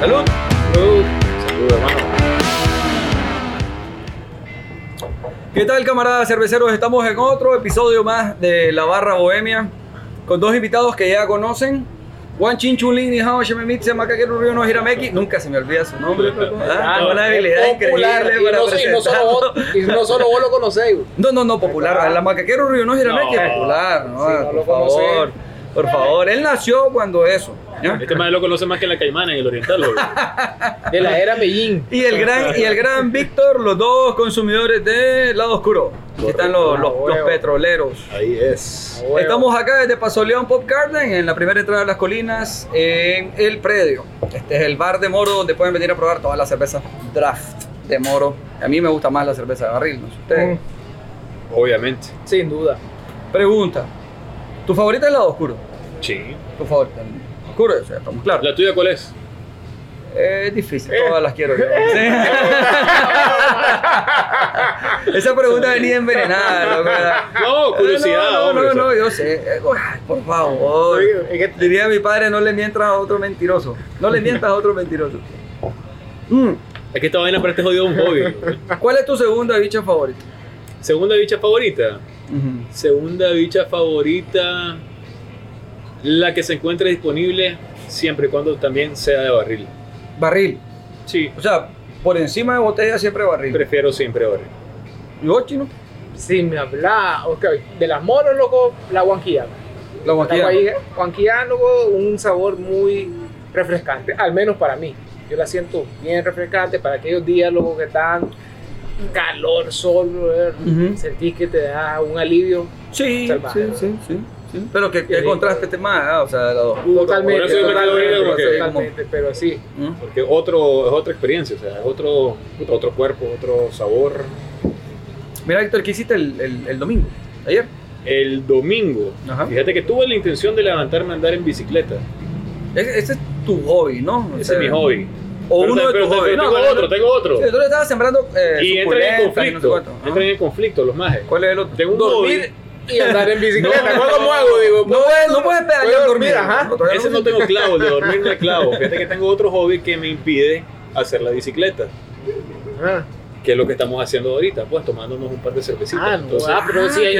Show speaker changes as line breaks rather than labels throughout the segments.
Salud.
Salud, Salud, hermano.
¿Qué tal, camaradas cerveceros? Estamos en otro episodio más de La Barra Bohemia con dos invitados que ya conocen. Juan Chinchulín y Hao Shememitse Macaquero Río no Hirameki. Nunca se me olvida su nombre. loco. Ah, una habilidad
Popular,
increíble
y
para
no, so- y no solo
presentarlo.
vos, y no solo vos lo conocéis. güey.
No, no, no, popular. La Macaquero Río no Hirameki
No.
es popular. No,
Sí, no
por
lo conocí.
favor. Por favor. Él nació cuando eso. ¿ya?
Este madre lo conoce más que la caimana en el oriental, güey.
De la era Medellín.
Y el gran, y el gran Víctor, los dos consumidores de lado oscuro. Aquí están los, los- los
Huevo.
petroleros. Ah,
Ahí es.
Huevo.
Estamos acá desde Pasoleón Pop Garden, en la primera entrada de las colinas, en el predio. Este es el bar de Moro, donde pueden venir a probar todas las cervezas draft de Moro. A mí me gusta más la cerveza de barril, no sé ustedes.
Obviamente.
Sin duda.
Pregunta, ¿tu favorita es lado oscuro?
Sí.
Tu favorita. Oscuro, o sea, estamos claros.
¿La tuya cuál es?
Eh, Es difícil, todas las quiero yo. Sí. Esa pregunta venía envenenada, loco, ¿verdad?
No, curiosidad,
No, no, no,
hombre,
no,
o sea.
yo sé. Eh, ay, por favor.
Oye, es que-
Diría mi padre, no le mientas a otro mentiroso. No le mientas a otro mentiroso. Mm,
Es que esta vaina para este jodido es un hobby. güey.
¿Cuál es tu segunda bicha favorita?
Segunda bicha favorita.
Ujú.
Segunda bicha favorita. La que se encuentre disponible siempre y cuando también sea de barril.
Barril.
Sí,
O sea, por encima de botella siempre barril.
prefiero siempre barril.
Yo chino?
Si me habla, ok, de las moros, loco, la guanquillana.
La
La
guanquilla.
guai- guanquillana, loco, un sabor muy refrescante, al menos para mí. Yo la siento bien refrescante para aquellos días, loco, que están calor, sol, brother.
Ujú.
sentís que te da un alivio.
Sí,
Salvaje,
sí,
¿no?
sí, sí, sí. Pero que,
Qué
que
rico.
contraste este más, ah, o sea, la dos.
Totalmente,
Por eso yo me quedo
totalmente,
viendo como que-
totalmente, pero sí.
¿Mm?
Porque otro, es otra experiencia, o sea, es otro, otro cuerpo, otro sabor.
Mira, Héctor, ¿qué hiciste el, el- el domingo? ¿Ayer?
El domingo,
Ajá.
fíjate que tuve la intención de levantarme a andar en bicicleta.
Ese, ese es tu hobby, ¿no? O
Ese
sea,
es mi hobby.
O
Pero-
uno de
pero-
tus
pero
hobbies.
Tengo
No, no,
otro,
no.
tengo otro.
Sí, tú le estabas sembrando eh,
Y entran
suculentas
en
y no sé
conflicto.
cuánto, ¿no?
Entran en conflicto los majes.
¿Cuál es el otro?
Tengo un
Dormir
hobby.
y andar en bicicleta.
No.
¿Cómo- ¿Cómo hago? Digo,
No, puedes- no puedes pedalear
puedo
dormido.
ajá.
No, todavía
Ese no tengo clavo, el de dormir no es clavo. Fíjate que tengo otro hobby que me impide hacer la bicicleta,
Ah.
que es lo que estamos haciendo ahorita, pues tomándonos un par de
pues,
cervecitas.
Ah, no,
Entonces,
ah, pero si hay,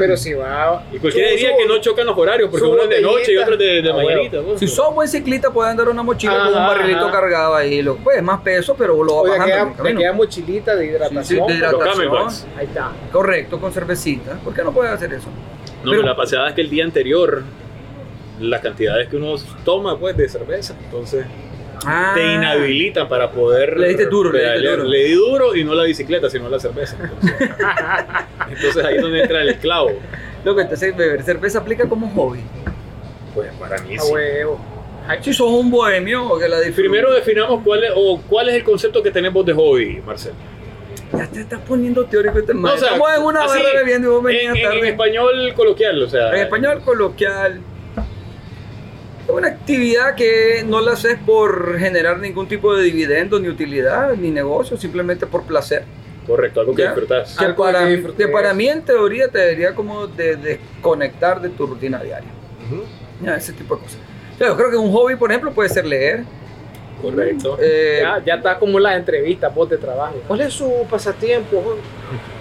pero si va
y cualquier
su-
día
su-
que no chocan los horarios, porque
su
uno es de
botellita.
noche y otro es de, de
Ah, bueno.
mañanita. pues.
Si sos buen ciclista, puedes andar una mochila con un
Ajá,
barrilito
ajá.
cargado ahí. Lo, pues más peso, pero lo
Oye,
va bajando. en
queda,
el
le
camino.
queda mochilita de hidratación.
Sí, sí, de
Los
hidratación.
camelbacks.
Ahí está.
Correcto, con cervecita. ¿Por qué no puedes hacer eso?
No,
Pero-
la pasada es que el día anterior, las cantidades que uno toma pues de cerveza, entonces
Ah,
te inhabilitan para poder.
Le diste duro, le diste
pedalear.
duro.
Le di duro y no la bicicleta, sino la cerveza. Entonces, Entonces ahí es donde entra el clavo.
Lo que te hace beber cerveza aplica como hobby.
Pues para
Ah,
mí
A
sí.
huevo.
Si sos un bohemio, que la disfrutes.
Primero definamos cuál es, o cuál es el concepto que tenemos de hobby, Marcelo.
Ya te estás poniendo teórico este
No,
mal. Estamos en una
así,
barra bebiendo y vos
en,
venías
en- en
tarde.
español coloquial, o sea.
En español coloquial. Es una actividad que no la haces por generar ningún tipo de dividendo, ni utilidad, ni negocio, simplemente por placer.
Correcto, algo que
Ya. Ah,
disfrutás.
Que
Algo
para,
que disfrutes.
que para mí, en teoría, te debería como de desconectar de tu rutina diaria. Ya, ese tipo de cosas. O sea, yo creo que un hobby, por ejemplo, puede ser leer.
Correcto.
eh,
Ya, ya está como las entrevistas, vos de trabajo. ¿Cuál es su pasatiempo?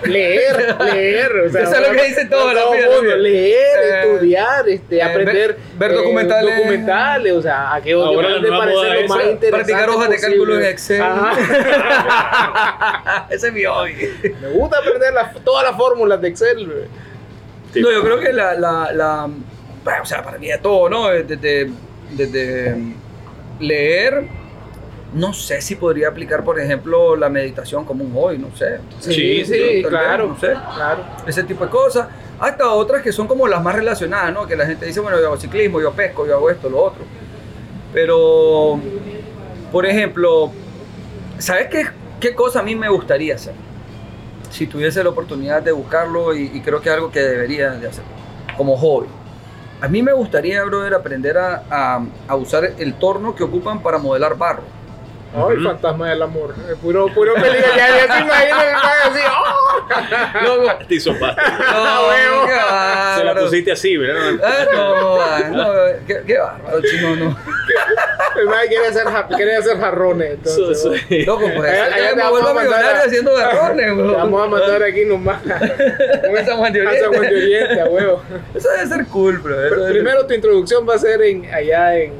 Leer, leer. O sea,
Eso es lo que dicen todos, la
todo
fila,
mundo,
la fila.
Leer,
Eh,
estudiar, este,
eh,
aprender.
ver- ver documentales.
documentales, o sea, a qué
Ahora la nueva moda
parece lo
es
más interesante.
practicar hojas de
posible.
cálculo en Excel.
Ajá.
ese es mi hobby.
Me gusta aprender las- todas las fórmulas de Excel. güey.
Sí.
No, yo creo que la, la, la- bueno, o sea, para mí de todo, ¿no? Desde, desde mm, leer, no sé si podría aplicar, por ejemplo, la meditación como un hobby, no sé.
Sí, sí,
tal vez,
claro.
no sé,
Claro.
ese tipo de cosas. Hasta otras que son como las más relacionadas, ¿no? Que la gente dice, bueno, yo hago ciclismo, yo pesco, yo hago esto, lo otro. Pero, por ejemplo, ¿sabes qué, qué cosa a mí me gustaría hacer? Si tuviese la oportunidad de buscarlo y, y creo que es algo que debería de hacer como hobby. A mí me gustaría, brother, aprender a, a- a usar el torno que ocupan para modelar barro.
Ay,
Ujú.
fantasma del amor. Eh, Puro, puro peligro. Ya, ya se imagina el man así. ¡Oh!
Te hizo parte.
No,
huevo.
qué
Ah, Se la
Ah, bárbaro.
pusiste así, ¿verdad?
Ah, no, ah, no, qué, qué bárbaro, chino, no.
El man quiere hacer, ja- quiere hacer jarrones.
So-
Entonces,
so-
bueno.
Loco, pues
Allá- allá
ya
te
me
vamos
vuelvo
a mandar
millonario
a-
haciendo garrones,
Te vamos a
weón.
mandar aquí nomás.
Un San Juan de
A San Juan de
Oriente.
Oriente, a huevo.
Eso debe ser cool, bro. eso
Pero
debe ser-
primero tu introducción va a ser en, allá en,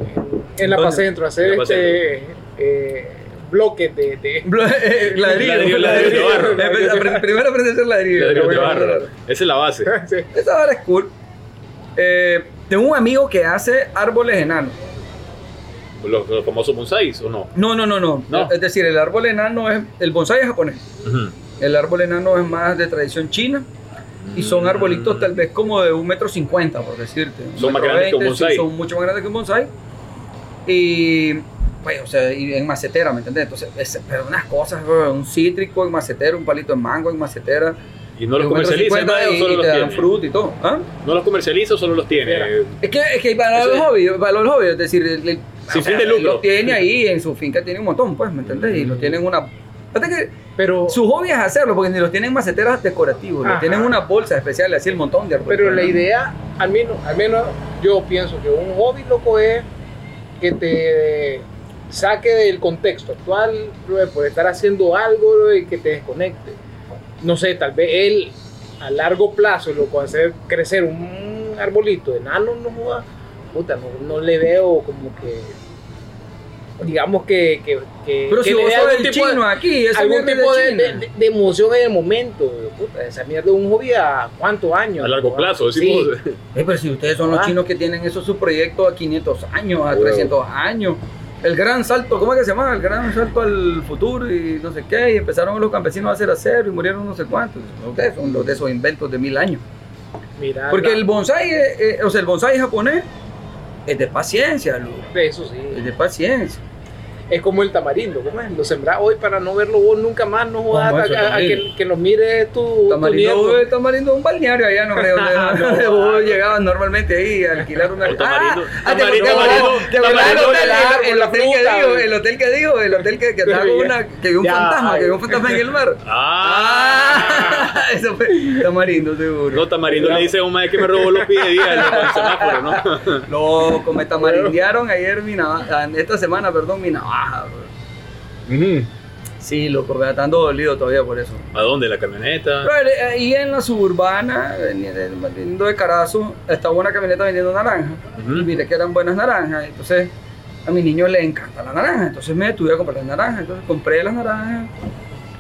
en la
¿Dónde?
Pacentro, hacer
En La
este eh, bloque de, de-
Bro, eh, ladrillo.
Ladrillo, ladrillo de barro.
Eh, apre- Primero aprende a hacer ladrillo.
Ladrillo de
Bueno,
barro. Esa es la base.
Sí.
Esa vara es cool. Eh, tengo un amigo que hace árboles enanos.
Los, los famosos bonsais, ¿o no?
No, no, no, no,
No.
Es decir, el árbol enano es. El bonsai es japonés.
Ujú.
El árbol enano es más de tradición china. Y son
Mm.
arbolitos tal vez como de un metro cincuenta, por decirte. un
Son más
metro
grandes que un
veinte, sí,
bonsái.
Son mucho más grandes que un bonsai. Y, pues, o sea, y en macetera, ¿me entendés? Entonces, es- pero unas cosas, bro, un cítrico en macetera, un palito de mango en macetera.
Y no
de
los
un metro
comercializa,
cincuenta
¿verdad? ¿O
y,
solo
y
los
te dan
tiene?
fruta y todo. ¿Ah?
No los comercializa, o solo los tiene.
Es que, es que para
Eso
los
es.
hobbies, para los hobbies, es decir, el- el-
Sin fin de lucro.
lo tiene ahí en su finca, tiene un montón, pues, ¿me entendés? Y lo tienen una... Fíjate que
Pero,
su hobby es hacerlo, porque ni los tienen maceteras decorativos,
Ajá.
lo tienen una bolsa especial, así el montón de arbolitos.
pero la
¿no?
idea, al menos, al menos yo pienso que un hobby loco es que te saque del contexto actual, bro, por estar haciendo algo bro, y que te desconecte. No sé, tal vez él a largo plazo, loco, hacer crecer un arbolito enano no joda, puta, no, no le veo como que digamos que, que, que-
Pero
que
si
le
vos
dé
sos
algún
el
tipo de-
chino aquí, esa
algún
mierda es
tipo de,
China.
de- de emoción en el momento. güey. Puta, esa mierda es un hobby a cuántos años.
A largo
güey?
plazo,
Sí.
decimos.
Eh, pero si ustedes son los
Ah.
chinos que tienen esos sus proyectos a 500 años, a
Huevo.
300 años. El gran salto, ¿cómo es que se llama? El gran salto al futuro y no sé qué. Y empezaron los campesinos a hacer acero y murieron no sé cuántos. Ustedes son los de esos inventos de mil años.
Mira,
Porque
la-
el bonsai, es- eh, o sea, el bonsai japonés es de paciencia, Lu,
Eso sí.
Es de paciencia.
Es como el tamarindo. ¿cómo es? Lo sembrás hoy para no verlo vos nunca más. No jodas
¿Cómo es
a,
el
a- a que,
tamarindo?
que lo mire tu, tu
Tamarindo,
nieto.
eh, tamarindo es un balneario allá, no creo. donde
No.
vos llegabas normalmente ahí a alquilar una.
O tamarindo-
ah, te-
tamarindo,
te-
tamarindo,
te- te-
tamarindo
el hotel,
del árbol,
el- el
la
hotel que
fruta,
digo,
güey.
el hotel que digo, el hotel que que andaba con
Ya.
una, que vio un
Ya,
fantasma, que
ay.
vio un fantasma en el mar.
¡Ah!
Ah, eso fue tamarindo seguro.
No, Tamarindo le dice a un maestro que me robó los pies de día en el semáforo, ¿no?
Loco, me tamarindearon ayer mi navaja, ah, esta semana, perdón, mi navaja. güey. Sí, loco, me están dolido todavía por eso.
¿A dónde? ¿La camioneta?
Pero eh, ahí en la suburbana, vendiendo de Carazo, estaba una camioneta vendiendo naranjas.
Ujú.
Y miré que eran buenas naranjas. Entonces, a mi niño le encanta la naranja. Entonces me detuve a comprar las naranjas. Entonces compré las naranjas.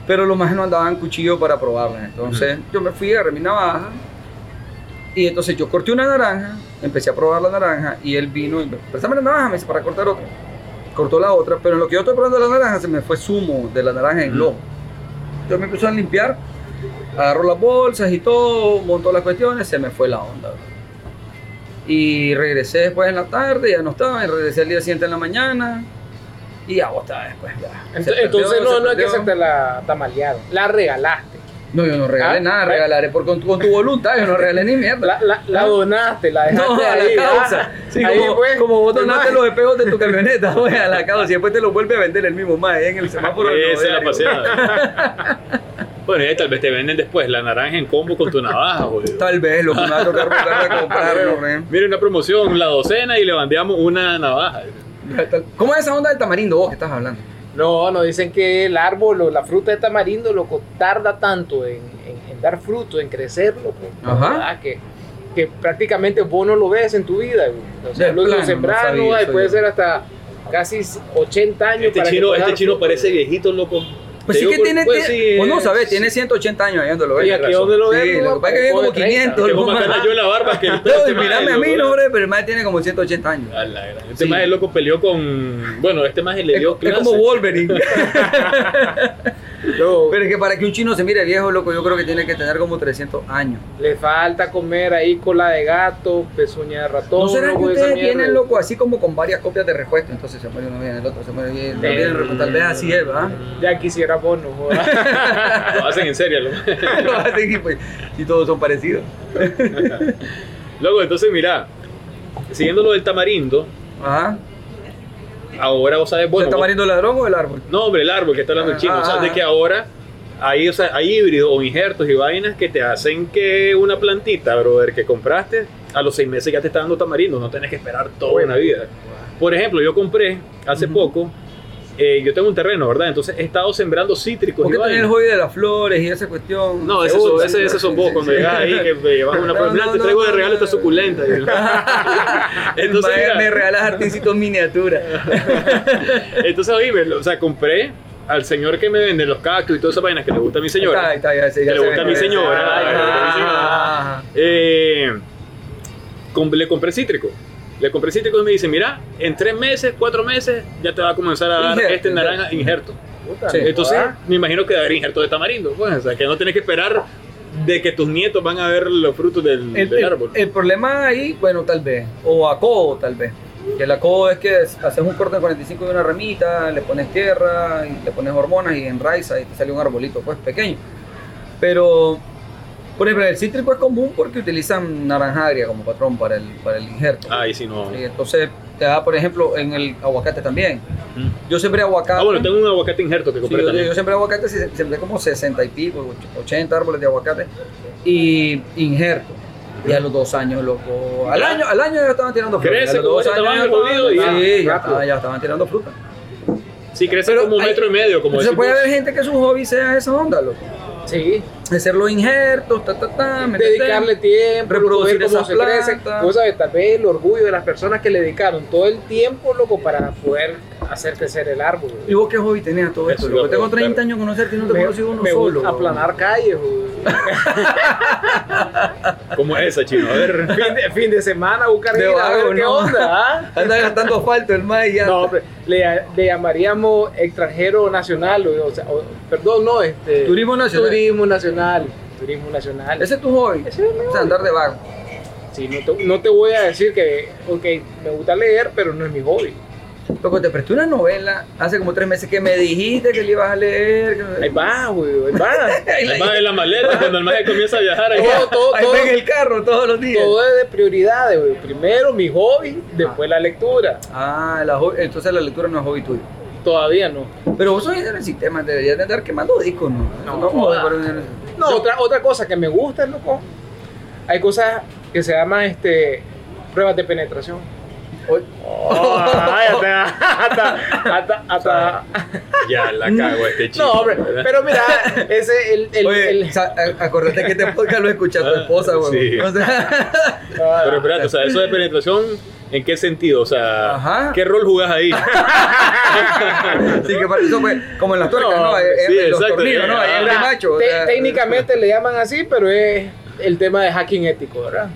Pero los más no andaban cuchillo para probarlas. Entonces yo me fui, agarré mi navaja. Y entonces yo corté una naranja, empecé a probar la naranja. Y él vino y me préstame la navaja, me dice, para cortar otra. Cortó la otra, pero en lo que yo estoy probando la naranja, se me fue zumo de la naranja en
Mm.
Ujú.
globo. Yo me empecé a limpiar agarró las bolsas y todo, montó las cuestiones, se me fue la onda. bro. Y regresé después en la tarde, ya no estaba, y regresé al día siguiente en la mañana y ya vos estaba después. ya.
Ent-
Se perdió,
Entonces no,
se
no es que
perdió.
se te la tamalearon. La regalaste.
No, yo no regalé
Ah,
nada,
ah.
regalaré por, con, tu- con tu voluntad, yo no regalé ni mierda.
La, la, la
Ah.
donaste, la dejaste
no, a la
ahí,
causa.
ah,
Sí,
ahí
como,
fue.
como vos donaste
Además,
los espejos de tu camioneta, güey, a la causa. Y después te los vuelve a vender el mismo más en el semáforo. del
Esa es la
novenario.
paseada. Bueno, y tal vez te venden después la naranja en combo con tu navaja, jodido.
Tal vez lo que me va a tocar volver a comprarlo, re.
Mira una promoción, la docena y le bandeamos una navaja.
¿Cómo es esa onda del tamarindo vos que estás hablando?
No, no dicen que el árbol o la fruta de tamarindo, loco, tarda tanto en, en- en dar fruto, en crecer, loco.
Ajá.
¿verdad? Que, que prácticamente vos no lo ves en tu vida. güey. O sea,
De
lo, lo
plano, no
sembrás,
sabía
¿no? Y
eso
puede
yo.
ser hasta casi 80 años.
Este
para que
chino,
pueda
este
dar
chino
fruto,
parece
güey.
viejito, loco.
Pues
Te
sí
digo
que
por-
tiene. tie-
pues sí,
vos no
es-
sabés, tiene 180 años hallándolo.
Oye,
¿eh?
aquí
razón.
donde lo ves,
Sí,
no,
lo que pasa es que
parece
viene como
de 30.
500.
Que vos más
loco,
ganas
más.
yo la barba que el este
No, y mírame a mí, no, hombre, pero el más tiene como 180 años.
A la gran- Este
Sí.
más el loco peleó con. Bueno, este más le
Es,
dio
es
clase.
como Wolverine.
No,
pero es que para que un chino se mire viejo, loco, yo creo que tiene que tener como 300 años.
Le falta comer ahí cola de gato, pezuña de ratón.
¿No será que
loco, esa
ustedes
mierda,
vienen,
güey.
loco, así como con varias copias de repuesto? Entonces se muere uno bien, el otro se muere bien,
Eh,
también repuesto. Tal vez así es, ¿verdad?
Ya quisiera vos, no jodas.
Lo hacen en serio, loco.
Lo hacen y pues, y todos son parecidos.
Loco, entonces mira, siguiendo lo del tamarindo,
Ajá.
ahora vos sabes,
¿Se
bueno,
está
vos-
mariendo el ladrón o el árbol?
no, hombre, el árbol que está hablando el chino.
Ah,
o sea,
ah,
de que
ah.
ahora hay, o sea, hay híbridos o injertos y vainas que te hacen que una plantita, brother, que compraste, a los seis meses ya te está dando tamarindo. No tenés que esperar toda una vida. Por ejemplo, yo compré hace
Ujú.
poco, eh, yo tengo un terreno, ¿verdad? Entonces he estado sembrando cítricos
¿Por
y
qué tenés el
vainas.
hobby de las flores y esa cuestión?
No, ese,
Seguro,
son- ese,
sí,
ese son
sí,
vos,
sí,
cuando
sí.
llegas ahí, que me llevas una
No,
planta,
no,
te traigo de
no,
regalo
no,
esta
no.
suculenta. Entonces,
me,
mira.
me regalas articitos miniatura.
Entonces, oíme, o sea, compré al señor que me vende los cactus y todas esas vainas que le gusta a mi
Está,
señora.
está, ya sé, ya
Que
sé,
le
Ah,
gusta a mi
ya sé.
señora,
Ay,
le gusta a mi señora.
ajá.
Eh, com- le compré cítrico. Le compré cítrico y me dice, mira, en tres meses, cuatro meses, ya te va a comenzar a dar
Injerto,
este naranja injerto.
Puta,
Sí.
¿no?
Entonces,
Ah,
me imagino que va a haber injerto de tamarindo. Pues, o sea, que no tienes que esperar de que tus nietos van a ver los frutos del,
El,
del
el-
árbol.
el problema ahí, bueno, tal vez, o acobo tal vez. Que el acobo es que es- haces un corte de 45 de una ramita, le pones tierra, y le pones hormonas y enraiza y te sale un arbolito pues pequeño. Pero, por ejemplo, el cítrico es común porque utilizan naranja agria como patrón para el, para el injerto.
Ay, si no.
Y entonces te da, por ejemplo, en el aguacate también.
Mm.
Yo siempre aguacate.
Ah, bueno, tengo un aguacate injerto que
Sí,
compré
yo,
también.
yo siempre aguacate, se- sembré como 60 y pico, och- 80 árboles de aguacate y injerto. Y a los dos años, loco. Al año, al año ya estaban tirando fruta.
Crece
a los
como
dos
ese tamaño
ya estaban-
jodido y ya,
sí, ya,
rápido.
estaban- ya estaban tirando fruta.
Sí, crece
Pero
como un
hay-
metro y medio, como
Entonces
decís
puede
vos.
haber gente que su hobby sea esa onda, loco.
Sí.
Hacer los injertos, ta, ta, ta. ¿me entendés?
dedicarle tiempo,
Reproducir
ver cómo
esas
se crece.
plantas.
Vos sabes, tal vez el orgullo de las personas que le dedicaron todo el tiempo, loco, para poder hacer crecer el árbol.
¿Y vos qué hobby tenías todo
Eso
esto?
iba a
Loco? Tengo
preguntar.
30 años de conocerte y no te
me,
conocí uno
me
solo. loco.
gusta aplanar calles. güey.
Como esa, chino. A ver.
fin, de, fin de semana buscar
De
ir a
vago,
ver qué
¿no?
onda. ¿ah?
Anda gastando asfalto el maíz ya.
No, hombre, le, le llamaríamos extranjero nacional, o, o sea, o- perdón, no, este...
Turismo nacional.
Turismo nacional. Turismo nacional.
Ese es tu hobby.
Ese es mi
O sea, andar de vago.
Sí, no te, no te voy a decir que, ok, me gusta leer, pero no es mi hobby.
Loco, te presté una novela hace como tres meses que me dijiste que le ibas a leer. que-
Ahí va, güey, ahí va.
El más de la maleta, cuando el maje comienza a viajar ahí.
todo, todo,
Ahí
todo,
ven el carro todos los días.
todo es de prioridades, güey. Primero mi hobby, después la lectura.
Ah, la jo- entonces la lectura no es hobby tuyo.
Todavía no.
Pero vos sos en el sistema, deberías de andar quemando discos, ¿no?
No,
no,
joda.
pero-
No, otra, otra cosa que me gusta, loco, hay cosas que se llaman este, pruebas de penetración.
Oye,
Oh, ay, hasta, hasta, hasta, hasta-
Ya la cago este chico.
No, hombre,
¿verdad?
pero mira, ese, el, el,
Oye,
el-
sa- a- acordate que este podcast lo escucha tu esposa, güey.
Sí.
O sea,
Pero espérate, o sea, eso de penetración, ¿en qué sentido? O sea,
Ajá.
¿qué rol jugás ahí?
sí, que para eso fue como en las tuercas, ¿no?
No,
Ahí-
sí,
en los
exacto.
tornillos, ¿no? Ahí en el
Mira,
macho. o
te-
sea,
técnicamente le llaman así, pero es el tema de hacking ético, ¿verdad?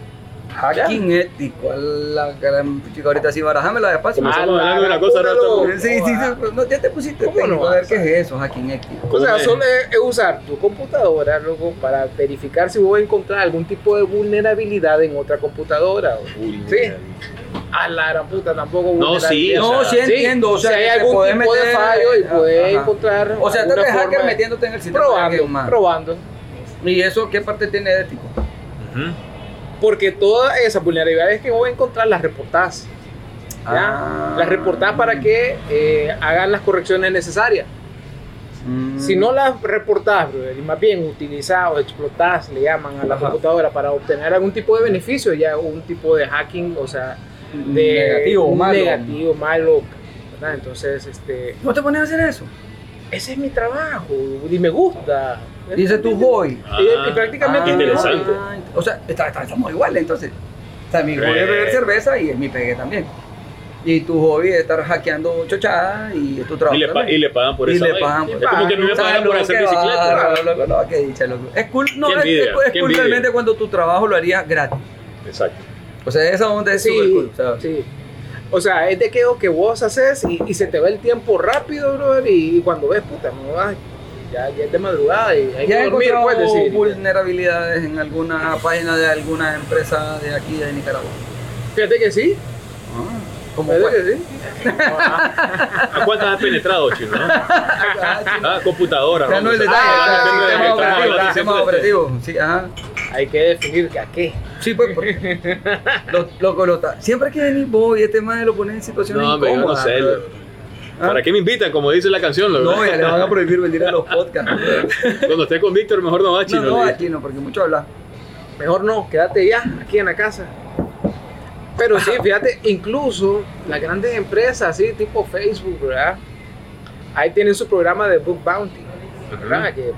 Hacking ético, a la gran chica, ahorita sí, barajámela despacio.
Comenzamos
Ah,
hablando de una
la
cosa,
puta,
ahora estamos-
loco.
Sí, sí, sí, pero no, ya te pusiste
Ah. ¿Cómo no
técnico, a
vas
ver
a
qué es eso, hacking ético.
O sea,
¿Cómo es?
solo es, es usar tu computadora, loco, para verificar si vos encontrar algún tipo de vulnerabilidad en otra computadora. o-
Uy,
Sí.
mira.
A la gran puta, tampoco
No, sí,
vulnerabilidad.
o
No,
sea,
sí entiendo, o sea,
si
que
hay
te
algún
podés
tipo de
meter-
fallo y poder
Ajá.
encontrar.
O sea, tú
alguna
eres hacker
forma de-
metiéndote en el sistema de alguien
probando,
más.
probando.
¿Y eso qué parte tiene de ético?
Ujú.
Porque todas esas vulnerabilidades que voy a encontrar las reportás. ¿ya?
Ah.
Las reportás para que eh, hagan las correcciones necesarias.
Mm.
Si no las reportás, brother, y más bien utilizás o explotás, le llaman a la
Ajá.
computadora para obtener algún tipo de beneficio, ya un tipo de hacking, o sea, de
negativo o malo.
negativo, malo, ¿verdad? Entonces, este,
¿No te pones a hacer eso?
ese es mi trabajo y me gusta.
Y ese es tu hobby.
Y, y
Ah,
prácticamente
Ah,
es mi hobby.
interesante.
O sea, está- está- estamos iguales entonces. O sea, mi hobby es beber
Eh.
cerveza y es mi pegue también. Y tu hobby es estar hackeando chochada y es tu trabajo.
Ah. Y, le pa-
también.
y le pagan por
y
esa
le
vaina.
pagan
por
Es como que a mí me
O sea,
pagan
loco,
por hacer
qué
bicicleta.
bárbaro, loco, no, qué dicha, loco. Es cool, no,
Qué
es,
envidia,
es cool- es
qué
cool
envidia.
realmente cuando tu trabajo lo harías gratis.
Exacto.
O sea, esa onda es
Sí,
súper cool. o sea.
sí. O sea, es de que, que vos haces y, y se te va el tiempo rápido, brother, y, y cuando ves, puta, no, ay, ya, ya es de madrugada y hay
¿Ya
que
has
dormir,
encontrado
pues,
puedes decir.
vulnerabilidades en alguna página de alguna empresa de aquí de Nicaragua? Ah,
Fíjate que sí,
¿Cómo
fíjate
cuál?
que sí.
¿A cuántas has penetrado, chino? Ah, computadora.
O sea, no el
vamos,
detalle,
ah,
o sea,
depende de-
sistema
estamos
operativo,
hablando
sistema
siempre de-
operativo, sí, ajá.
Hay que definir a qué.
Sí, pues, porque lo, loco, lo ta- siempre que venís vos y este madre lo pones en situaciones
No, hombre, yo no
incómodas.
sé.
pero-
yo- ¿Para qué me invitan? Como dice la canción, la
Ah. No, ya
verdad.
le van a prohibir venir a los podcasts.
Cuando esté con Víctor, mejor no va,
No,
chino.
no,
le
aquí no, porque mucho habla.
Mejor no, quédate ya, aquí en la casa. Pero sí, fíjate, incluso las grandes empresas, así tipo Facebook, ¿verdad? Ahí tienen su programa de Book Bounty, ¿verdad?
Ajá.
que,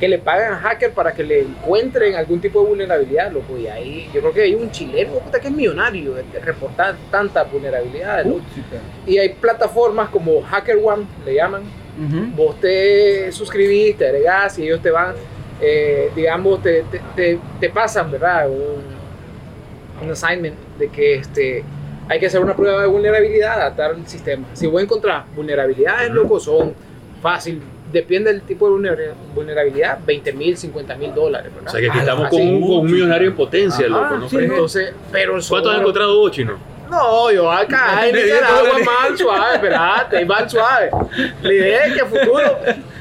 que le pagan a hacker para que le encuentren algún tipo de vulnerabilidad, loco. Y ahí yo creo que hay un chileno puta, que es millonario de de reportar tantas vulnerabilidades.
Uh.
loco. Y hay plataformas como Hacker One, le llaman,
Ujú.
vos te suscribís, te agregás y ellos te van, eh, digamos, te, te, te- te pasan, ¿verdad? Un, un assignment de que este, hay que hacer una prueba de vulnerabilidad, adaptar el sistema. Si vos encontrás vulnerabilidades, loco, son fácil. Depende del tipo de vulner- vulnerabilidad, 20 mil, 50 mil dólares, ¿verdad?
O sea que aquí
Ah,
estamos con
fácil.
un, con un millonario en potencia,
Ajá,
loco. ¿no?
sí, entonces, pero son-
¿Cuántos has encontrado vos, chino?
no, yo acá en
Le di
Nicaragua
dólares.
mal suave, espérate, ahí mal suave. La idea es que a futuro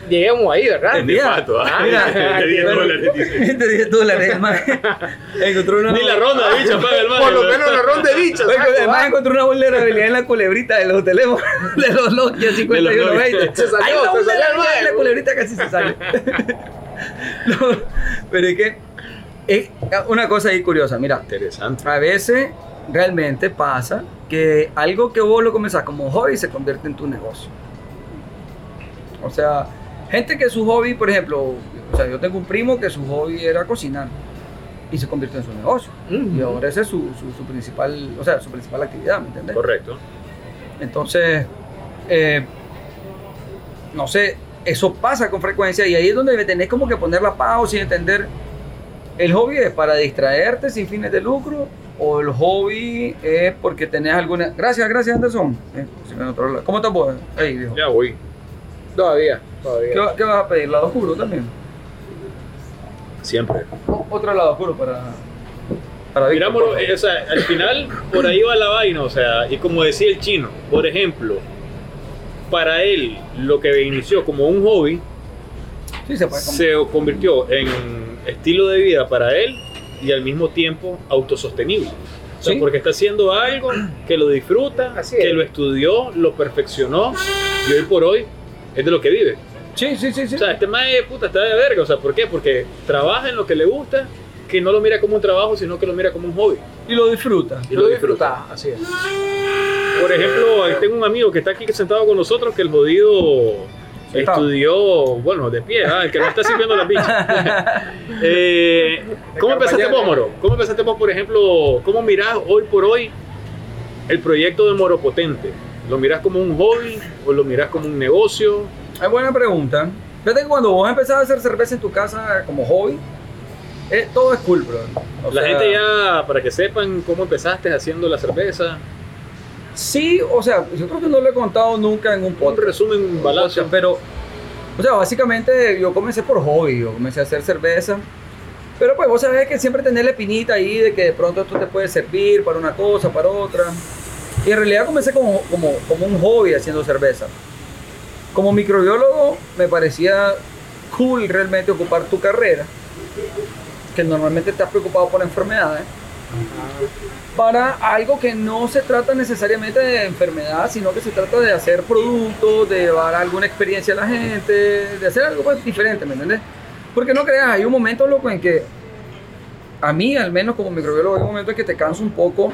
lleguemos ahí, ¿verdad?
De pato, ah,
mira,
de 10
bueno.
dólares, dice.
Te dije dólares, el man. Encontró una.
Ni la ronda, bicho, paga el man.
Por lo menos la ronda de bichos.
Oye,
saco,
además
va.
encontró una vulnerabilidad en la culebrita de los teléfonos de los Nokia 5120. Hay una
Se salió, se salió el
vulnerabilidad en la
nuevo.
culebrita casi se sale. No, pero es que es una cosa ahí curiosa, mira,
Interesante.
a veces realmente pasa que algo que vos lo comenzás como hobby se convierte en tu negocio. O sea, gente que su hobby, por ejemplo, o sea, yo tengo un primo que su hobby era cocinar y se convirtió en su negocio. Y
Ujú.
ahora esa es su, su- su principal, o sea, su principal actividad, ¿me entiendes?
Correcto.
Entonces, eh, no sé, eso pasa con frecuencia y ahí es donde tenés como que poner la pausa y entender, el hobby es para distraerte sin fines de lucro o el hobby es porque tenés alguna... Gracias, gracias Anderson. Eh, se me notó la- ¿Cómo estás vos? Ey, viejo.
Ya voy.
Todavía,
¿Qué,
todavía.
va- qué vas a pedir? ¿Lado oscuro también?
Siempre.
O- otro lado oscuro para... para Víctor, por
Mirámoslo,
favor.
eh, o sea, al final por ahí va la vaina, o sea, y como decía el chino, por ejemplo, para él lo que inició como un hobby
Sí, se puede comer.
se convirtió en estilo de vida para él y al mismo tiempo autosostenible. O sea,
Sí.
porque está haciendo algo que lo disfruta,
Así
que
es.
lo estudió, lo perfeccionó y hoy por hoy es de lo que vive.
Sí, sí, sí, sí.
O sea, este mae puta está de verga. O sea, ¿por qué? Porque trabaja en lo que le gusta, que no lo mira como un trabajo, sino que lo mira como un hobby.
y lo disfruta.
Y lo disfruta.
disfrutaba, así es.
Por ejemplo, ahí tengo un amigo que está aquí sentado con nosotros que el jodido
Sentado.
estudió, bueno, de pie, ah, el que no está sirviendo la picha. Eh, ¿Cómo empezaste vos, Moro? ¿Cómo empezaste vos, por ejemplo, cómo mirás hoy por hoy el proyecto de Moro Potente? ¿Lo mirás como un hobby o lo mirás como un negocio?
Es buena pregunta. Fíjate que cuando vos empezás a hacer cerveza en tu casa como hobby, eh, todo es cool, bro. O
la
sea,
gente ya, para que sepan cómo empezaste haciendo la cerveza,
Sí, o sea, yo creo que no lo he contado nunca en un
un
podcast.
resumen, un balazo.
Pero, o sea, básicamente yo comencé por hobby, yo comencé a hacer cerveza. Pero pues vos sabés que siempre tenés la espinita ahí de que de pronto esto te puede servir para una cosa, para otra. Y en realidad comencé como, como, como un hobby haciendo cerveza. Como microbiólogo me parecía cool realmente ocupar tu carrera, que normalmente estás preocupado por ¿eh? enfermedades, para algo que no se trata necesariamente de enfermedad, sino que se trata de hacer productos, de llevar alguna experiencia a la gente, de hacer algo pues, diferente, ¿me entiendes? Porque no creas, hay un momento loco en que, a mí al menos como microbiólogo, hay un momento en que te canso un poco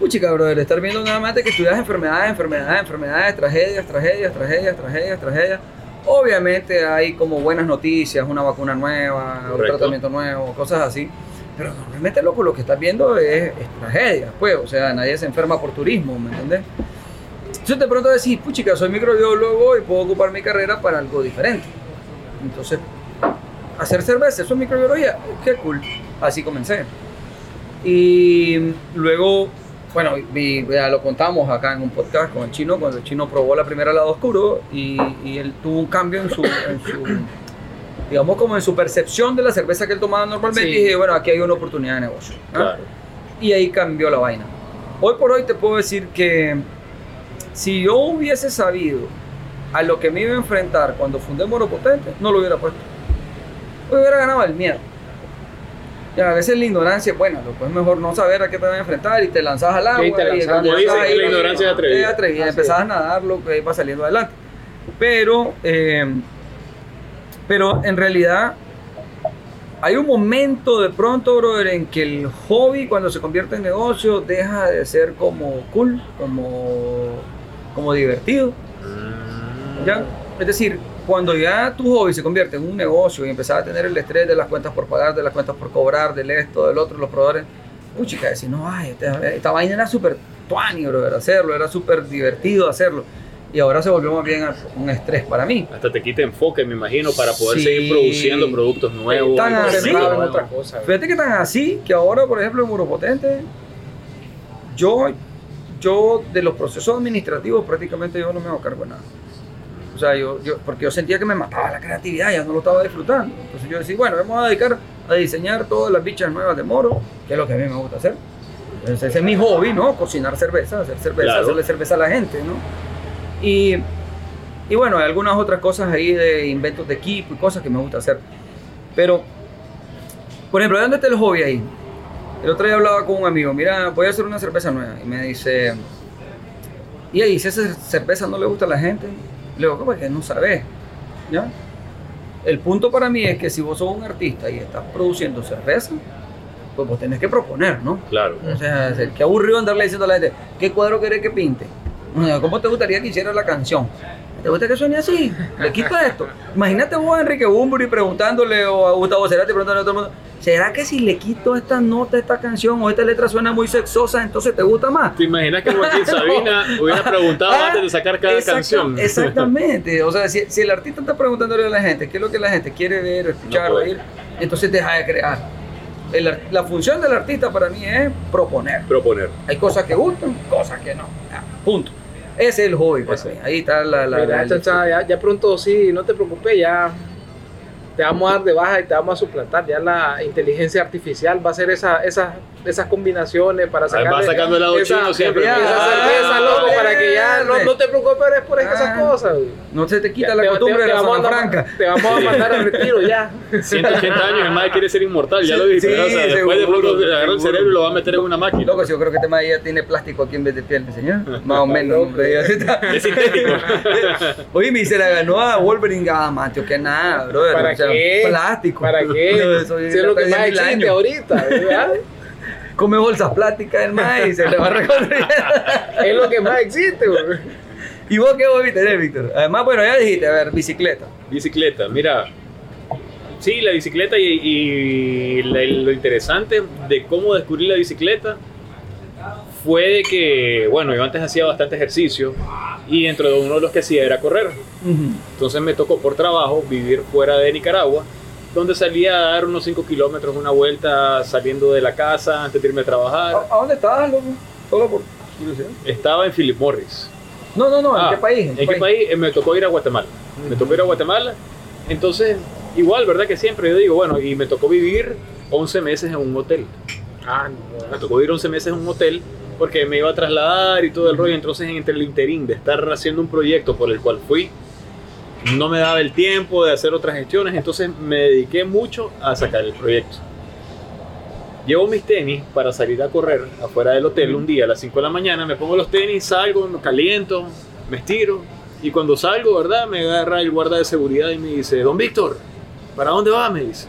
Uy, chica, brother, estar viendo nada más de que estudias enfermedades, enfermedades, enfermedades, tragedias, tragedias, tragedias, tragedias, tragedias. Obviamente hay como buenas noticias, una vacuna nueva, un
Correcto.
tratamiento nuevo, cosas así. Pero normalmente, loco, lo que estás viendo es, es tragedias, pues. O sea, nadie se enferma por turismo, ¿me entiendes? Entonces de pronto decís, puchica, soy microbiólogo y puedo ocupar mi carrera para algo diferente. Entonces, hacer cerveza, eso es microbiología, qué cool. Así comencé. Y luego, bueno, vi- ya lo contamos acá en un podcast con el chino, cuando el chino probó la primera lado oscuro y, y él tuvo un cambio en su, en su- digamos, como en su percepción de la cerveza que él tomaba normalmente.
Sí.
Y dije, bueno, aquí hay una oportunidad de negocio. ¿ah?
Claro.
y ahí cambió la vaina. Hoy por hoy te puedo decir que si yo hubiese sabido a lo que me iba a enfrentar cuando fundé Moro Potente, no lo hubiera puesto. Hoy hubiera ganado el miedo. Y a veces la ignorancia es buena, loco. Es mejor no saber a qué te vas a enfrentar y te lanzas al agua.
Sí, te lanzas,
cuando
como
estás
dicen,
ahí, ah,
la ignorancia es atrevida.
Es atrevida.
Así
Empezás a nadar, loco, y ahí vas saliendo adelante. Pero, eh, pero en realidad hay un momento de pronto, brother, en que el hobby cuando se convierte en negocio deja de ser como cool, como, como divertido. ¿Ya? Es decir, cuando ya tu hobby se convierte en un negocio y empezás a tener el estrés de las cuentas por pagar, de las cuentas por cobrar, del esto, del otro, los proveedores, uy, chica, decís, no, ay, esta, esta vaina era súper tuani, bro, era hacerlo, era súper divertido hacerlo. Y ahora se volvió más bien un estrés para mí.
Hasta te quita enfoque, me imagino, para poder
Sí.
seguir produciendo productos nuevos.
Tan
conceptos
acertado,
concentrado en
nuevos.
otra cosa. ¿verdad?
Fíjate que tan así que ahora, por ejemplo, en Muro Potente, yo, yo de los procesos administrativos prácticamente yo no me hago cargo de nada. O sea, yo, yo- porque yo sentía que me mataba la creatividad, ya no lo estaba disfrutando. Entonces yo decía, bueno, vamos a dedicar a diseñar todas las bichas nuevas de Moro, que es lo que a mí me gusta hacer. Entonces, ese es mi hobby, ¿no? Cocinar cerveza, hacer cerveza,
Claro.
hacerle cerveza a la gente, ¿no? Y, y bueno, hay algunas otras cosas ahí de inventos de equipo y cosas que me gusta hacer. Pero, por ejemplo, ¿de dónde está el hobby ahí? El otro día hablaba con un amigo, mira, voy a hacer una cerveza nueva. Y me dice, y ahí, si esa cerveza no le gusta a la gente, le digo, ¿cómo es que no sabes? ¿Ya? El punto para mí es que si vos sos un artista y estás produciendo cerveza, pues vos tenés que proponer, ¿no?
Claro.
O sea, es el- qué aburrido andarle diciendo a la gente, ¿qué cuadro querés que pinte? O sea, ¿Cómo te gustaría que hiciera la canción? ¿Te gusta que suene así? Le quito esto. Imagínate vos a Enrique Bunbury preguntándole o a Gustavo Cerati preguntándole a todo el mundo, ¿será que si le quito esta nota, esta canción o esta letra suena muy sexosa, entonces te gusta más?
¿Te imaginas que Joaquín Sabina hubiera preguntado
Ah,
antes de sacar cada
exacta-
canción?
Exactamente. O sea, si, si el artista está preguntándole a la gente qué es lo que la gente quiere ver, escuchar,
No puede.
oír, entonces deja de crear. El ar- la función del artista para mí es proponer.
Proponer.
Hay cosas que gustan, cosas que no. Ah, punto. Ese es el hobby. para
Ese.
mí. Ahí está la... la-
Mira,
la-
chacha, ya, ya pronto sí, no te preocupes, ya te vamos a dar de baja y te vamos a suplantar. Ya la inteligencia artificial va a hacer esa, esas, esas combinaciones para sacar.
va sacando el lado
esa,
chino siempre.
Esa
Ah,
cerveza, loco, para que ya no, no te preocupes por
Ah.
esas cosas. güey.
no se te quita
Ya,
la
te-
costumbre
te-
de
te
la
vamos
zona
a mandar-
franca.
Te vamos a mandar al retiro ya.
180 años, el madre quiere ser inmortal, ya
Sí,
lo dije. pero, o
sí,
sea, después de
seguro,
pronto le agarra el
seguro.
cerebro y lo va a meter en una máquina.
Loco, si yo creo que este madre ya tiene plástico aquí en vez de piel, ¿no, señor. Más o menos. hombre, ya se está-
Es sintético.
Oye, me se la ganó a Wolverine. Ah, Mateo, que nada, bro.
¿Para qué?
Plástico.
¿Para
Yo
qué?
soy-
Si es lo que
tenía
más
mil
existe
años.
ahorita, ¿verdad?
Come bolsas plásticas el maíz y se le va recorriendo.
Es lo que más existe, güey.
¿Y vos qué hobby tenés, Víctor? Además, bueno, ya dijiste, a ver, bicicleta.
Bicicleta, mira. Sí, la bicicleta y, y la- lo interesante de cómo descubrí la bicicleta fue de que, bueno, yo antes hacía bastante ejercicio y dentro de uno de los que hacía era correr. Entonces me tocó por trabajo vivir fuera de Nicaragua, donde salía a dar unos 5 kilómetros una vuelta saliendo de la casa antes de irme a trabajar.
¿A, a dónde estabas, loco? Solo por curiosidad.
Estaba en Philip Morris.
No, no, no, ¿en
Ah,
qué país?
¿En qué país? Eh, Me tocó ir a Guatemala. Me tocó ir a Guatemala. Entonces, igual, ¿verdad? Que siempre yo digo, bueno, y me tocó vivir 11 meses en un hotel.
Ah, no.
Me tocó vivir 11 meses en un hotel porque me iba a trasladar y todo el rollo. Entonces, entre el interín de estar haciendo un proyecto por el cual fui, no me daba el tiempo de hacer otras gestiones. Entonces, me dediqué mucho a sacar el proyecto. Llevo mis tenis para salir a correr afuera del hotel un día a las 5 de la mañana. Me pongo los tenis, salgo, me caliento, me estiro. Y cuando salgo, ¿verdad? Me agarra el guarda de seguridad y me dice, Don Víctor, ¿para dónde va? Me dice.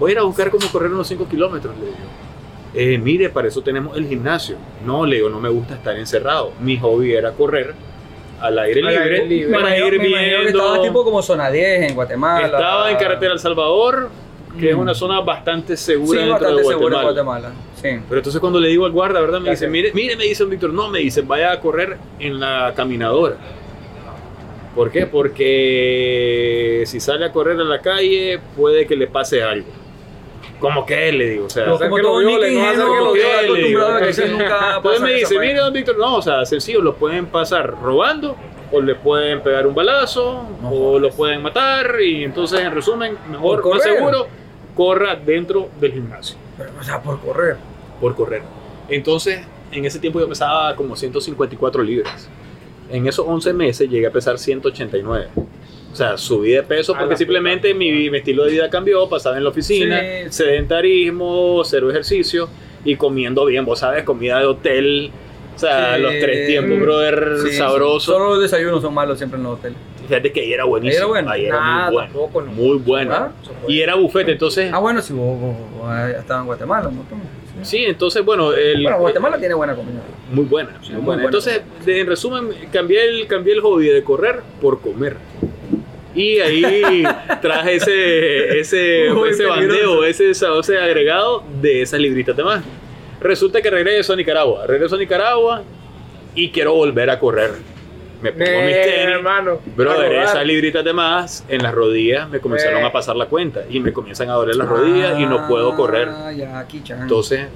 Voy a ir a buscar cómo correr unos 5 kilómetros, le digo. "Eh, mire, para eso tenemos el gimnasio. No, le digo, no me gusta estar encerrado. Mi hobby era correr al aire
Al
libre,
aire libre.
para
Me imagino-
ir
me imagino que
viendo.
estabas tipo como zona 10 en Guatemala.
Estaba en carretera El Salvador, que es
Mm.
una zona bastante
Sí,
segura dentro
bastante
de
seguro en
Guatemala.
Guatemala. Sí.
Pero entonces cuando le digo al guarda, ¿verdad? Me dice,
Gracias.
mire, mire, me dice don Víctor, no, me dice, vaya a correr en la caminadora. ¿Por qué? Porque si sale a correr a la calle, puede que le pase algo. ¿Cómo que? Le digo, o sea...
Pero
hacer
como
que lo
todo niño
violen, no hacer que
ingenuo,
lo
que está
violen,
acostumbrado a que
ok.
eso nunca
Entonces
pasa
me
en esa
dice,
vaina.
mire, don Víctor, no, o sea, sencillo, lo pueden pasar robando, o le pueden pegar un balazo,
No
o lo pueden matar, y entonces, en resumen, mejor,
Por
más
correr.
seguro, corra dentro del gimnasio
Pero, o sea, por correr.
por correr. Entonces, en ese tiempo yo pesaba como 154 libras. En esos 11 meses llegué a pesar 189. O sea, subí de peso
A
porque
la
simplemente mi, mi estilo de vida cambió, pasaba en la oficina,
Sí.
sedentarismo, cero ejercicio y comiendo bien, vos sabes, comida de hotel, o sea,
Sí.
los tres tiempos, brother,
Sí,
sabroso.
Solo los desayunos son malos siempre en los hoteles.
Fíjate que ahí era buenísimo,
Ahí era bueno.
ahí era
Nada,
muy bueno,
tampoco, no.
muy bueno.
¿Ah?
Y era bufete, entonces,
Ah, bueno, si vos, vos- vos estás en Guatemala, ¿no? Sí.
sí, entonces, bueno, el,
Bueno, Guatemala tiene buena comida.
Muy buena,
Sí,
muy
muy
buena.
buena.
Entonces, de- en resumen, cambié el, cambié el hobby de correr por comer. Y ahí traje ese, ese,
Muy peligroso.
ese bandeo, ese sauce agregado de esas libritas de más. Resulta que regreso a Nicaragua. Regreso a Nicaragua y quiero volver a correr. Me pongo
Eh,
mis tenis.
hermano.
Brother,
a rodar.
esas libritas de más en las rodillas me comenzaron
Eh.
a pasar la cuenta y me comienzan a doler las rodillas y no puedo correr.
Ah, ya, aquí, chan.
Entonces,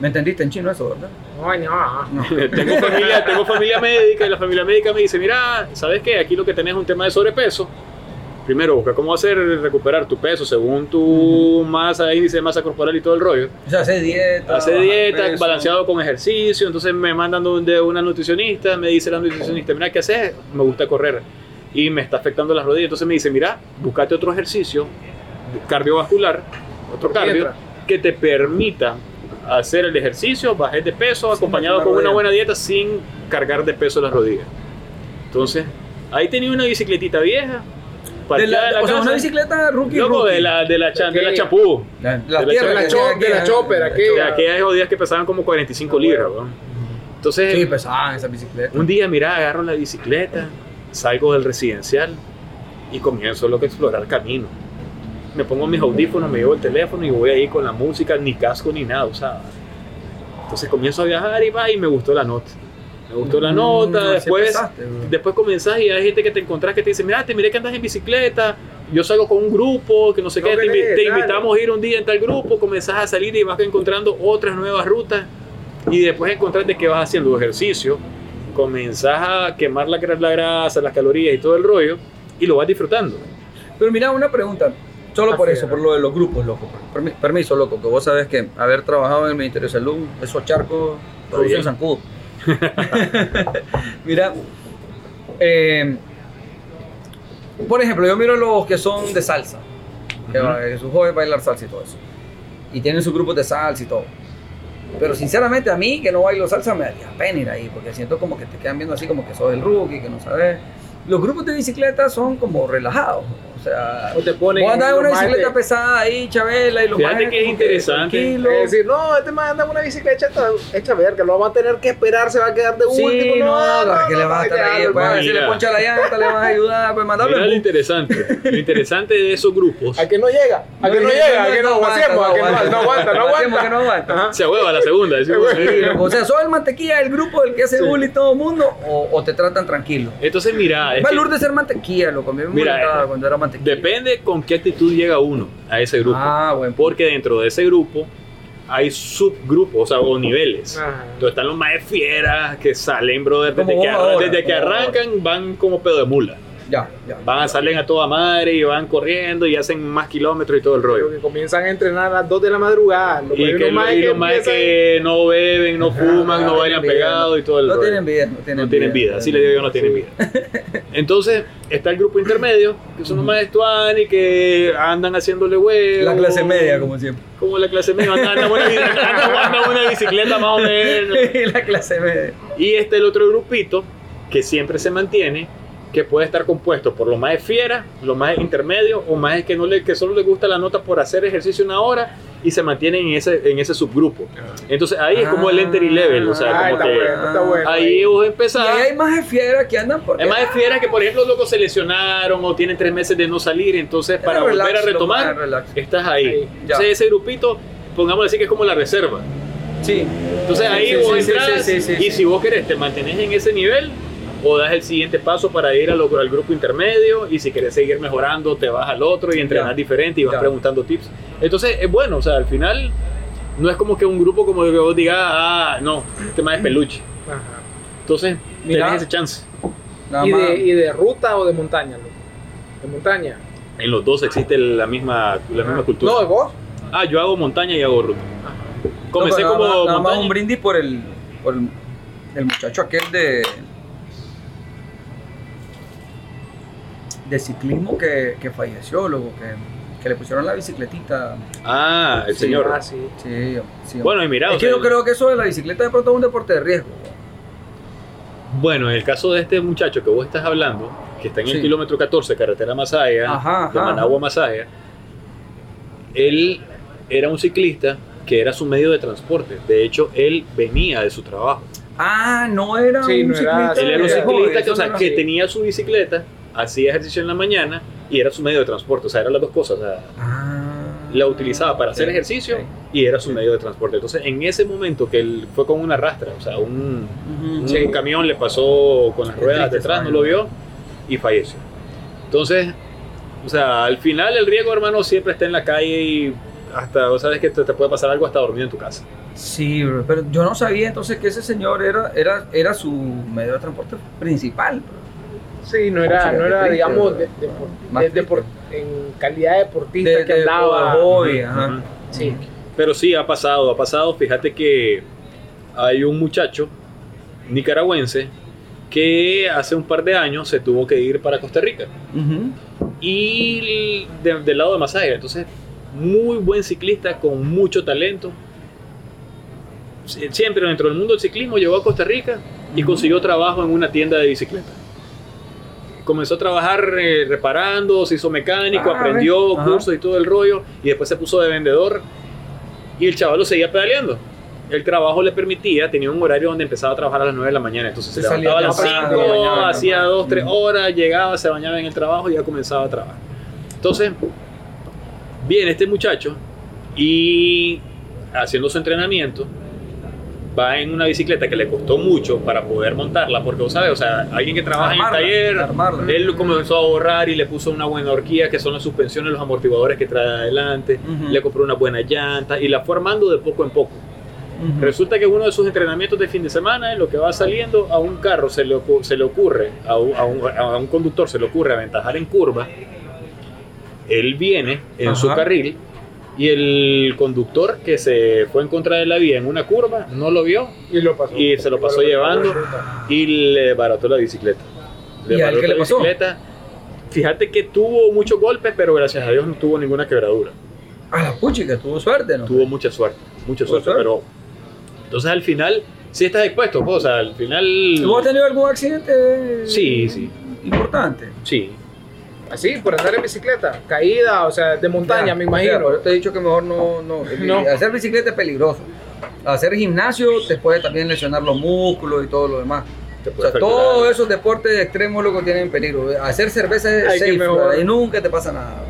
¿Me entendiste en chino eso, verdad?
Ay, no.
No.
tengo familia, tengo familia médica y la familia médica me dice, mira, ¿sabes qué? Aquí lo que tenés es un tema de sobrepeso. Primero, busca cómo hacer recuperar tu peso según tu masa, índice de masa corporal y todo el rollo.
O sea, hace dieta.
Hace
Ah, baja
dieta,
peso.
balanceado con ejercicio. Entonces me mandan donde una nutricionista, me dice la nutricionista, mira, ¿qué haces? Me gusta correr y me está afectando las rodillas. Entonces me dice, mira, buscate otro ejercicio cardiovascular, otro cardio,
Mientras.
que te permita hacer el ejercicio, bajes de peso, acompañado
lastimar
con una
rodillas.
buena dieta sin cargar de peso las rodillas. Entonces, ahí tenía una bicicletita vieja,
De
parqueada
la-
en la
o sea,
casa.
una bicicleta rookie.
Loco,
rookie.
de la, de la, chan- de la
Pequeña.
chapú.
La- la
de la
tierra
chopper.
que
De la
tiene
chopper,
aquí, eh,
aquella.
la
De
chopper.
aquellas jodidas que pesaban como 45
Ah,
libras,
bueno.
weón. Entonces,
Sí, pues. ah, pesaban esas bicicletas.
un día, mira, agarro la bicicleta, salgo del residencial y comienzo lo que explorar camino. Me pongo mis audífonos, me llevo el teléfono y voy ahí con la música, ni casco ni nada, usaba. Entonces comienzo a viajar y va y me gustó la nota. Me gustó la
Mm,
nota,
así
después
empezaste, bro.
después comenzás y hay gente que te encontrás que te dice, mira, te miré que andas en bicicleta, yo salgo con un grupo, que no sé
No
qué, te,
querés,
invi- te
dale.
invitamos a ir un día en tal grupo, comenzás a salir y vas encontrando otras nuevas rutas y después encontrarte que vas haciendo ejercicio, comenzás a quemar la, gra- la grasa, las calorías y todo el rollo y lo vas disfrutando.
Pero mira, una pregunta. Solo por
Así
eso,
era.
por lo de los grupos, loco. pues. Permi- Permiso, loco, que vos sabés que haber trabajado en el Ministerio de Salud, esos charcos producen
bien.
zancudo. mira, eh, por ejemplo, yo miro los que son de salsa, que
Ujú.
va- que su hobby es bailar salsa y todo eso. Y tienen sus grupos de salsa y todo. Pero sinceramente a mí, que no bailo salsa, me daría pena ir ahí, porque siento como que te quedan viendo así como que sos el rookie, que no sabes. Los grupos de bicicleta son como relajados. O sea,
O te ponen
vos andás en una
los majes de-
bicicleta pesada ahí, Chabela, y los
Fíjate
majes
que es
como
interesante.
tranquilos.
Es decir, no, este man anda en una bicicleta hecha, hecha verga, lo va a tener que esperar, se va a quedar de
Sí,
último.
no,
no,
que
no,
le vas a
no,
estar
ya,
ahí,
no,
pues a ver si
Mira.
le poncha la llanta, le vas a ayudar, pues mandarlo
Mira
en bus.
lo interesante, lo interesante de esos grupos.
A que no llega, a que no llega, a que no aguantemos, a que no no aguanta, no
Hacemos que
aguanta.
no aguanta.
Ajá.
Se ahueva la segunda, decimos.
O sea, sos el mantequilla del grupo del que hace bullying todo el mundo o, o te tratan tranquilo.
Entonces, mira, es
Más
que-
Lourdes ser mantequilla, loco. A mí me
Mira,
molestaba
eh,
cuando era mantequilla.
Depende con qué actitud llega uno a ese grupo.
Ah, buen punto.
Porque dentro de ese grupo hay subgrupos, o sea, o niveles.
Ajá.
Entonces están los más fieras que salen, brother, desde
Como
que,
vos
arran-
ahora,
desde que
como vos
arrancan van como pedo de mula.
Ya, ya.
Van a salen a toda madre y van corriendo y hacen más kilómetros y todo el rollo.
Que comienzan a entrenar a las 2 de la madrugada. loco, hay
Y que
unos majes
los más
empiezan-
que no beben, no fuman, no bailan
Ah, tienen vida,
pegados y todo el
No
rollo.
tienen vida, no tienen
no tienen vida, así le digo yo, no tienen vida. Entonces, está el grupo intermedio, que son los maestros y que andan haciéndole huevo.
La clase media, como siempre.
Como la clase media, andan andan una, andan- andan una bicicleta más o menos.
la clase media.
Y está el otro grupito, que siempre se mantiene, que puede estar compuesto por los más fieras, los más intermedios, o más que, no le, que solo les gusta la nota por hacer ejercicio una hora y se mantienen en ese, en ese subgrupo. Entonces ahí es
Ah,
como el entry level, o sea,
Ah,
como
está
que...
bueno, está bueno.
Ahí vos
Y
empezás...
ahí hay más de fiera que andan por.
Es más de fieras que, por ejemplo, locos se lesionaron o tienen tres meses de no salir, entonces para
Relax,
volver a
loco,
retomar,
relax.
estás ahí.
Ahí,
ya.
entonces ese grupito, pongamos así que es como la reserva.
Sí.
Entonces ahí
Sí,
vos
sí, sí,
entras
sí, sí, sí, sí.
y si vos querés te mantenés en ese nivel o das el siguiente paso para ir a lo- al grupo intermedio y si querés seguir mejorando te vas al otro y entrenas
Ya.
diferente y vas
Ya.
preguntando tips. Entonces es bueno, o sea, al final no es como que un grupo como que vos digas, ah, no, este más es peluche.
Ajá.
Entonces
Mira.
tenés ese chance.
Nada
¿Y
más.
de, y de ruta o de montaña, loco? De montaña. Ah.
En los dos existe la misma, la misma cultura.
No, de vos.
Ah, yo hago montaña y hago ruta. Comencé
Loco, Ah. nada
como
más- nada más
montaña.
un brindis por el, por el, el muchacho aquel de. de ciclismo que, que falleció, loco, que, que le pusieron la bicicletita.
Ah, el señor.
Ah, sí.
Sí, sí.
Bueno, y mira,
es
o
que
sea,
yo creo que eso de la bicicleta de pronto es un deporte de riesgo.
bueno, en el caso de este muchacho que vos estás hablando, que está en el
Sí.
kilómetro 14, carretera Masaya,
Ajá,
de
ajá,
Managua a Masaya, él era un ciclista que era su medio de transporte. De hecho, él venía de su trabajo.
Ah, no era
Sí,
un
no era-
ciclista.
Él era un
de-
ciclista
joder,
que, o
eso
sea,
no era-
que tenía su bicicleta, hacía ejercicio en la mañana y era su medio de transporte. O sea, eran las dos cosas. o sea,
Ah.
la utilizaba para hacer
Sí,
ejercicio
sí.
y era su medio de transporte. Entonces, en ese momento que él fue con una rastra, o sea, un,
Ujú.
un camión le pasó con las
Qué
ruedas
triste
detrás,
esa
no
vaina.
lo vio y falleció. Entonces, o sea, al final el riesgo, hermano, siempre está en la calle y hasta, vos sabes que te, te puede pasar algo hasta dormir en tu casa.
Sí, bro, pero yo no sabía entonces que ese señor era, era, era su medio de transporte principal.
Sí, no era,
Sí,
no
qué
era
triste,
digamos,
bro.
de- depor-
Más
de- depor- en calidad deportista que andaba.
de Mm. hobby, ajá.
Ujú.
Sí.
Pero sí, ha pasado, ha pasado. Fíjate que hay un muchacho nicaragüense que hace un par de años se tuvo que ir para Costa Rica
Ujú.
y de- del lado de Masaya. Entonces, muy buen ciclista con mucho talento. Sie- Siempre dentro del mundo del ciclismo llegó a Costa Rica y
Ujú.
consiguió trabajo en una tienda de bicicletas. Comenzó a trabajar eh, reparando, se hizo mecánico,
Ah,
aprendió
ve. Ajá.
cursos y todo el rollo y después se puso de vendedor y el chaval lo seguía pedaleando. El trabajo le permitía, tenía un horario donde empezaba a trabajar a las 9 de la mañana, entonces se
Se salía
levantaba a las
temprano,
5,
de la mañana,
hacía
¿no? Mm.
2, 3
Ujú.
horas, llegaba, se bañaba en el trabajo y ya comenzaba a trabajar. Entonces, viene este muchacho y haciendo su entrenamiento, va en una bicicleta que le costó mucho para poder montarla, porque vos sabes, o sea, alguien que trabaja
Armarla,
en el taller,
armarla.
él comenzó a ahorrar y le puso una buena horquilla, que son las suspensiones, los amortiguadores que trae adelante,
Ujú.
le compró una buena llanta y la fue armando de poco en poco.
Ujú.
Resulta que uno de sus entrenamientos de fin de semana, en lo que va saliendo, a un carro se le, ocu- se le ocurre, a un, a un- a un conductor se le ocurre aventajar en curva. Él viene en su
Ajá.
carril y el conductor que se fue en contra de la vía en una curva no lo vio
Y lo pasó.
Y se lo pasó llevando. y le barató la bicicleta.
¿Y a él
barató
qué le
la
pasó?
bicicleta. Fíjate que tuvo muchos golpes, pero gracias a Dios no tuvo ninguna quebradura.
A Ah, la pucha, que tuvo suerte, ¿no?
Tuvo mucha suerte, mucha
Tuvo
suerte,
suerte.
pero... Entonces al final, sí estás expuesto, pues, o sea, al final...
¿Tú has tenido algún accidente?
Sí, sí.
Importante.
Sí.
Así, por andar en bicicleta. Caída, o sea, de montaña,
Ya,
me
ya,
imagino.
pero yo te he dicho que mejor no, no,
No.
Hacer bicicleta es peligroso. Hacer gimnasio te puede también lesionar los músculos y todo lo demás.
Te
O
puede
sea,
fracturar.
todos esos deportes extremos lo que tienen peligro. Hacer cerveza es
Hay que
safe,
mejorar.
brother, y nunca te pasa nada.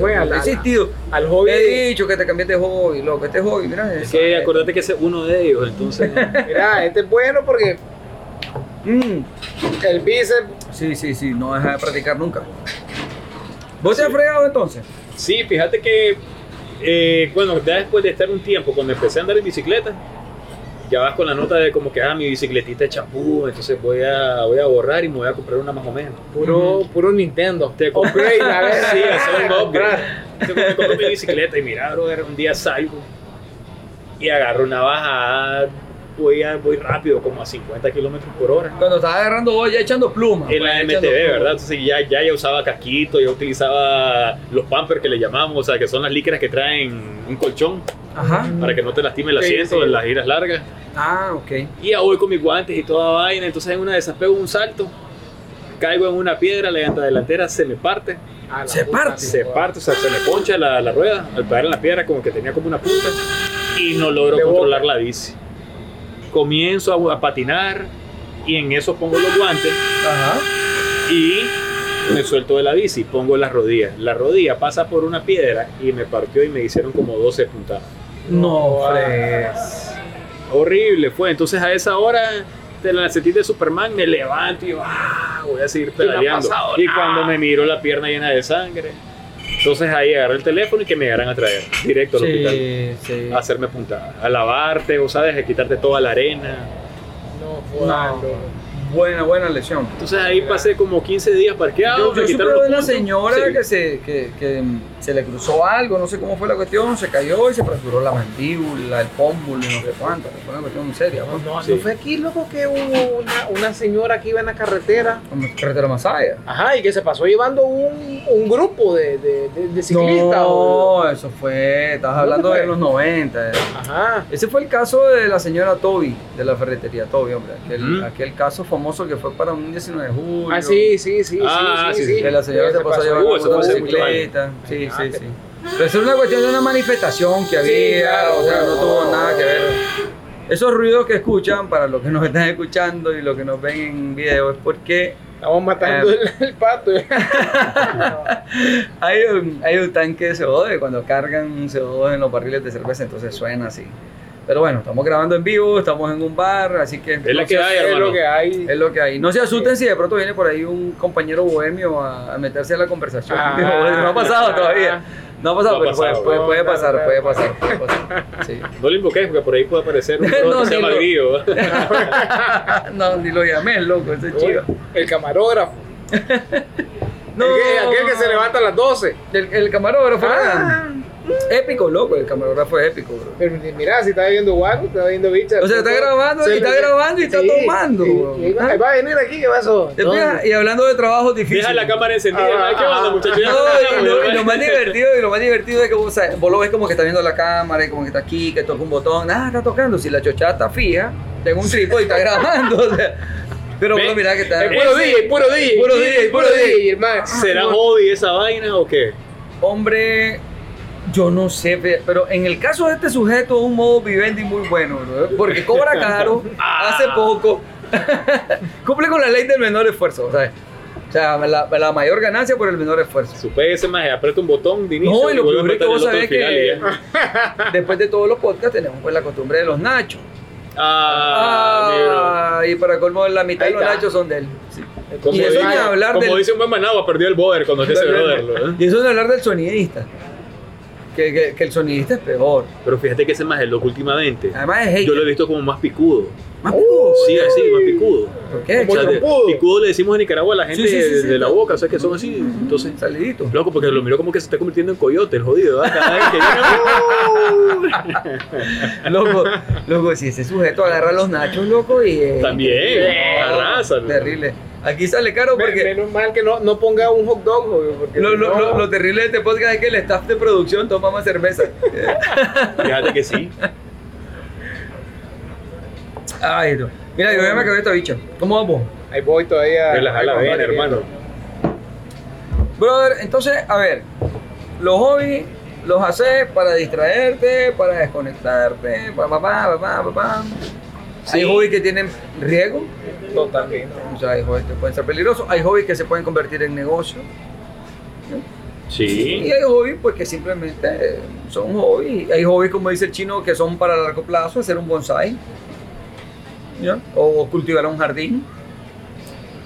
Güey, a la-
He insistido.
Al hobby.
He dicho que te cambiaste de hobby, loco. Este hobby, mira.
Es que acordate que ese es uno de ellos, entonces...
Mira, este es bueno porque
Mm,
el bíceps.
Sí, sí, sí. No deja de practicar nunca. ¿Vos te has fregado entonces?
Sí, fíjate que, eh, bueno, ya después de estar un tiempo, cuando empecé a andar en bicicleta, ya vas con la nota de como que, ah, mi bicicletita es champú, entonces voy a, voy a borrar y me voy a comprar una más o menos.
Puro, puro Nintendo.
Te compré
Upgrade, a ver.
Sí, hacer un
Ah,
upgrade. Entonces me compro mi bicicleta y mira, brother, un día salgo y agarro una bajada, voy, a, voy rápido, como a 50 kilómetros por hora.
Cuando estaba agarrando vos ya echando pues, plumas.
En la MTV, ¿verdad? Entonces ya, ya, ya usaba casquito, ya utilizaba los pampers que le llamamos, o sea, que son las licras que traen un colchón
Ajá.
para que no te lastime el
Sí,
asiento
sí.
en las giras largas.
Ah, ok.
Y ya voy con mis guantes y toda vaina, entonces en una desapego un salto, caigo en una piedra, la llanta delantera se me parte,
A la
Se
puta,
parte.
se parte, o sea, se me poncha la, la rueda al pegar en la piedra como que tenía como una punta y no logro
De boca.
controlar la bici. Comienzo a- a patinar y en eso pongo los guantes
Ajá.
y me suelto de la bici, pongo las rodillas. La rodilla pasa por una piedra y me partió y me hicieron como 12 puntadas.
No,
ah,
No,
fregues.
Horrible fue. Entonces a esa hora de la setita de Superman me levanto y yo, ah, voy a seguir
me ha
pedaleando.
pasado
Y
nada.
cuando me miro la pierna llena de sangre, entonces ahí agarré el teléfono y que me llegaran a traer directo al hospital.
Sí, sí.
A hacerme puntada, a lavarte, o sabes, a quitarte toda la arena.
No,
No.
jugando.
buena, buena lección.
Entonces ahí pasé como 15 días parqueado.
Yo, yo
me
supe
quitaron
de
los
una
puntos.
señora
Sí.
que, se, que, que mm, se le cruzó algo, no sé cómo fue la cuestión, se cayó y se fracturó la mandíbula, el pómulo, no sé cuánto. Fue una cuestión muy seria.
No,
pues.
no,
Sí.
no fue aquí, loco, que hubo una, una señora que iba en la carretera.
Como Carretera Masaya.
Ajá, y que se pasó llevando un, un grupo de, de, de- de ciclistas. o-
No, eso fue, estabas
¿Dónde
hablando de
fue?
los 90. eh.
Ajá.
Ese fue el caso de la señora Toby, de la ferretería Toby, hombre. Aquel,
Ujú.
aquel caso famoso que fue para un 19 de julio.
Ah, sí, sí, sí,
Ah,
sí,
sí, sí.
Que la señora
Que
se pasó
llevar
llevando
Uh, eso fue
una
hace muchos
bicicleta. Sí,
ah,
sí,
Imagínate.
sí. Pero eso era una cuestión de una manifestación que había,
claro,
o sea,
claro.
no tuvo nada que ver.
Oh.
Esos ruidos que escuchan, para los que nos están escuchando y los que nos ven en video, es porque
Estamos matando
Eh.
el, el pato.
hay un, hay un tanque de CO2 y cuando cargan CO2 en los barriles de cerveza, entonces suena así. Pero bueno, estamos grabando en vivo, estamos en un bar, así que
Es la que hay,
es
hermano.
lo que hay.
es lo que hay. No se asusten si de pronto viene por ahí un compañero bohemio a, a meterse a la conversación.
Ah.
no ha pasado todavía. No ha pasado,
No ha
pero puede,
pasado.
puede- puede
No, no,
pasar,
no,
puede
no.
pasar, puede pasar. Sí.
No le invoqué porque por ahí puede aparecer un
No,
no, que se
ni
llama
lo-
Grillo.
no, ni lo llamé, loco, ese chido.
El camarógrafo.
No,
El que- aquel que se levanta a las 12.
El, el camarógrafo era
Ah.
épico, loco, el camarógrafo es épico, bro.
Pero mirá, si está viendo guaco, está viendo bicha.
O sea, está grabando y está grabando y está tomando, bro.
y- y va, va a venir aquí, ¿qué pasó?
¿Te fijas? Y hablando de trabajos difíciles.
Deja la cámara encendida.
Ah,
¿no? ¿Qué
ah,
onda,
ah.
muchachos? Ya
No, y
empezamos,
lo,
¿no? ¿eh?
y lo más divertido, y lo más divertido es que vos, sabes, vos lo ves como que está viendo la cámara y como que está aquí, que toca un botón, ah, está tocando. Si la chochada está fija, tengo un trípode y está grabando. o sea. pero
Ve,
vos mirá que está.
Es puro
Ese-
DJ, puro DJ.
puro DJ,
puro
puro
DJ, hermano.
¿Será hobby esa vaina o qué?
Hombre, yo no sé, pe- pero en el caso de este sujeto, un modo vivendi muy bueno, bro, ¿eh? porque cobra caro,
Ah.
hace poco, cumple con la ley del menor esfuerzo, o sea, o sea la, la mayor ganancia por el menor esfuerzo.
Supe ese más, aprieta un botón de inicio.
No, y lo
vuelve a
peor es que
apretar
vos
el otro
sabés
al final
que
y ya.
después de todos los podcasts tenemos pues la costumbre de los nachos.
Ah,
Ah, y para colmo, la mitad de
Ahí
los
está.
nachos son de él. sí.
mira.
Y eso ni hablar
como
del-
dice un buen managua, perdió el boder cuando dice brother. ¿no?
Y eso es hablar del sonidista. Que, que- que el sonidista es peor.
Pero fíjate que ese más es loco últimamente.
Además es
Yo lo Uh. he
hater.
visto como más picudo.
Más picudo.
Sí, así, más picudo.
¿Por qué?
O sea, de-
trompudo.
picudo le decimos en Nicaragua a la gente
Sí, sí, sí,
de,
sí,
de la
claro.
boca, o sea que son así. Entonces,
Salidito.
loco, porque lo miró como que se está convirtiendo en coyote, el jodido, ¿verdad? Cada vez que llega,
Loco, loco, si ese sujeto agarra los nachos, loco, y. eh,
También, arrasa, loco.
Terrible. Aquí sale caro
Men-
porque.
Menos mal que no, no ponga un hot dog, joder, porque
Lo,
si
lo-
no-
lo- lo terrible de este podcast es que el staff de producción toma más cerveza.
¡uh! Fíjate que sí.
Ay, no. Mira, yo ya me acabé esta bicha. ¿Cómo vamos?
Ahí voy todavía.
Relaja
ahí
la
voy
vena,
todavía.
hermano.
Brother, entonces, a ver, los hobbies los haces para distraerte, para desconectarte, pa, pa, pa, pa, pa, pa, pa. Hay
Sí.
hobbies que tienen riesgo,
Totalmente.
o sea, hay hobbies que pueden ser peligrosos, hay hobbies que se pueden convertir en negocio, y
Sí.
hay hobbies pues que simplemente eh, son hobbies. Hay hobbies, como dice el chino, que son para largo plazo, hacer un bonsai, ¿ya? o cultivar un jardín,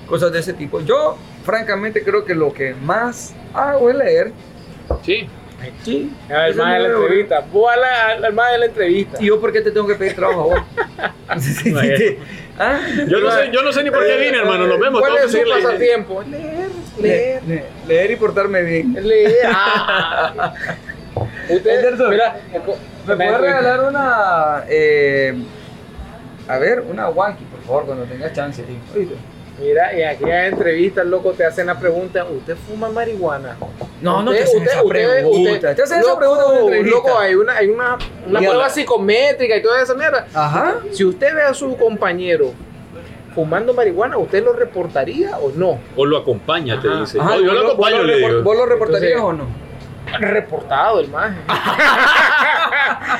cosas de ese tipo. Yo, francamente, creo que lo que más hago es leer.
Sí.
Sí.
Al
Eso
más de
no
la
veo.
entrevista. Vos al, al- al más de la entrevista.
¿Y yo por qué te tengo que pedir trabajo a vos? ¿Ah?
Yo no, sé, yo no sé ni por qué vine, hermano. Nos
Eh,
vemos.
¿Cuál
tengo
es su
que seguirle.
pasatiempo? Leer,
Le-
leer.
le- leer y portarme bien.
Leer. Ah. Usted,
Henderson,
mira,
¿Me
pues.
puedes regalar una... eh, a ver, una Wanky, por favor, cuando tengas chance. tío? Oíste.
Mira, y aquí en entrevistas, loco, te hacen la pregunta, ¿usted fuma marihuana?
No, no te
Usted-
hacen esa pregunta. Te hacen esa
loco,
pregunta en una entrevista.
Loco, hay una, hay una, una
Mierda.
prueba psicométrica y toda esa mierda.
Ajá.
Si usted ve a su compañero fumando marihuana, ¿usted lo reportaría o no?
O lo acompaña, te
Ajá.
dice.
Ajá,
No, yo
vos
lo
lo-
acompaño,
vos lo
le
repor-
digo.
¿Vos lo reportarías
Entonces-
o no?
Reportado, el maje.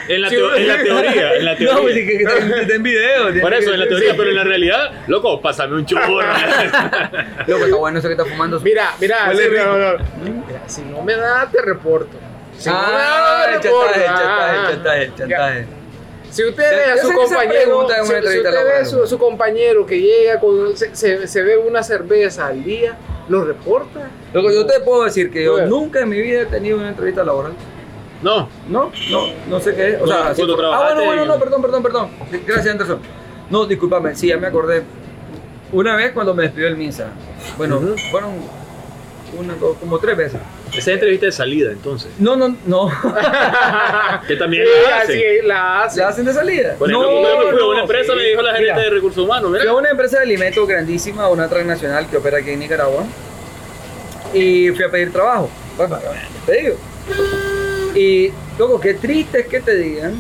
En la, teo- en la teoría, en la
No, pues
teoría.
que, que está en- que está en video. tiene
Por
que-
eso, en la teoría, pero en la realidad, loco, pásame un churro.
Loco, está bueno eso que está fumando.
Mira, mira,
Huele
sí,
rico.
no, no, no. Mira, si no me da, te reporto. Si no me
ah,
da, te
el
reporto.
chantaje, el chantaje,
Ah,
el chantaje, el chantaje.
Si usted ve
Ya-
a
ya sé
su
que esa
compañero,
pregunta es
si,
una
si
entrevista
usted ve a
laboral,
su,
¿no?
su compañero que llega, con, se, se, se bebe una cerveza al día, ¿lo reporta?
Loco, yo te puedo decir que yo
Bueno.
nunca en mi vida he tenido una entrevista laboral.
No,
No, no, no sé qué es. O
No,
sea,
cuando
sí, por- ah,
trabajaste
bueno, bueno,
en-
no, perdón, perdón, perdón. Gracias, Anderson. No, discúlpame, sí, ya me acordé. Una vez cuando me despidió el Minsa. Bueno,
Ujú.
fueron una, dos, como tres veces.
Esa es entrevista de salida, entonces.
No, no, no.
Ah, Que también
Sí,
la hacen.
así la hace.
¿Se hacen de salida?
Por ejemplo,
no,
cuando yo me fui a una
no,
empresa,
sí.
me dijo la gerente
Mira,
de recursos humanos, mira,
Fui a una empresa de alimentos grandísima, una transnacional que opera aquí en Nicaragua. Y fui a pedir trabajo. Pues, te digo. Y, loco, qué triste es que te digan.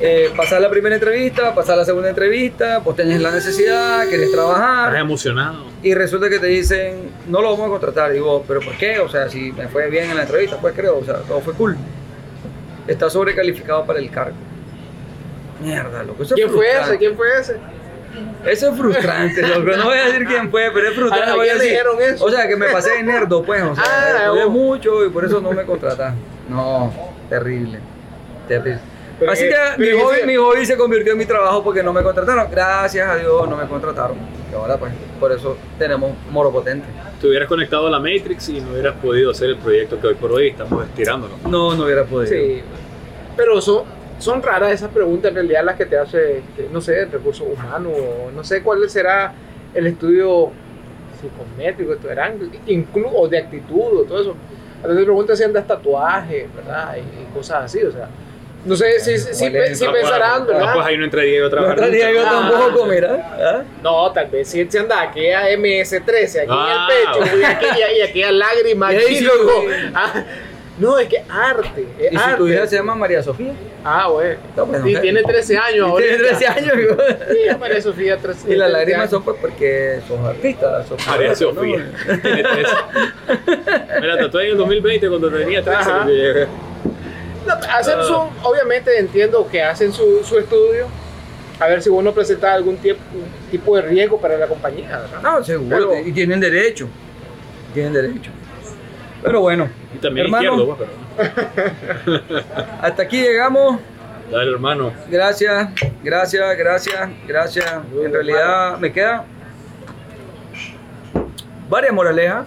eh, pasar la primera entrevista, pasar la segunda entrevista, pues tenés la necesidad, querés
estás
trabajar.
emocionado.
Y resulta que te dicen, no lo vamos a contratar. Digo, ¿pero por qué? O sea, si me fue bien en la entrevista, pues creo, o sea, todo fue cool. Está sobrecalificado para el cargo. Mierda, loco. eso es
¿Quién fue
frustrante.
ese? ¿Quién fue ese?
Eso es frustrante, loco. No voy a decir quién fue, pero es frustrante.
Ah, ¿A
voy a
quién
decir.
le dijeron eso?
O sea, que me pasé de nerdo, pues. O sea,
Ah,
estudié
oh.
mucho y por eso no me contrataron. No, terrible. Terrible.
Pero
Así
que-
que mi
pero que
hobby,
sea-
mi hobby se convirtió en mi trabajo porque no me contrataron. Gracias a Dios no me contrataron. Y ahora, pues, por eso tenemos Moro Potente.
Te hubieras conectado a la Matrix y no hubieras podido hacer el proyecto que hoy por hoy estamos estirándolo.
No, no hubiera podido.
Sí. Pero son, son raras esas preguntas en realidad las que te hace, este, no sé, el recurso humano, o no sé cuál será el estudio psicométrico, esto era, inclu- o de actitud, o todo eso. A veces te preguntan si andas tatuaje, ¿verdad? Y, y cosas así, o sea. No sé si, si, si,
¿Cuál es?
si
No,
pensarán,
pues,
¿verdad?
No, pues ahí no entraría yo a
No
trabajar.
entraría yo
nunca.
Ah.
tampoco, mira. ¿ah?
No, tal vez si se anda aquí a MS13, aquí
Ah.
al pecho, y aquí, y aquí, y aquí a lágrimas,
Y ahí
aquí,
sí,
loco.
güey.
Ah, no, es que arte. Es
Y si
arte.
tu hija se llama María Sofía.
Ah, güey.
No, pues,
y
ok.
tiene 13 años ahora.
Tiene 13 años, digo.
Sí, María Sofía 13
Y las
13
lágrimas son
años.
pues porque sos artista. Sos
Ah, María
poeta, ¿no?
Sofía. Tiene tres. Mira, tatué en el 2020 cuando tenía 13.
Ajá.
llegué.
No,
Ah.
hacen su, obviamente entiendo que hacen su, su estudio. A ver si uno presenta algún tiemp- tipo de riesgo para la compañía, ¿verdad?
No, seguro.
Pero-
Y tienen derecho. Tienen derecho. Pero bueno,
Y también
Hermano.
izquierdo, pues,
hasta aquí llegamos.
pero- Dale, hermano.
Gracias, gracias, gracias, gracias. En realidad me queda varias moralejas.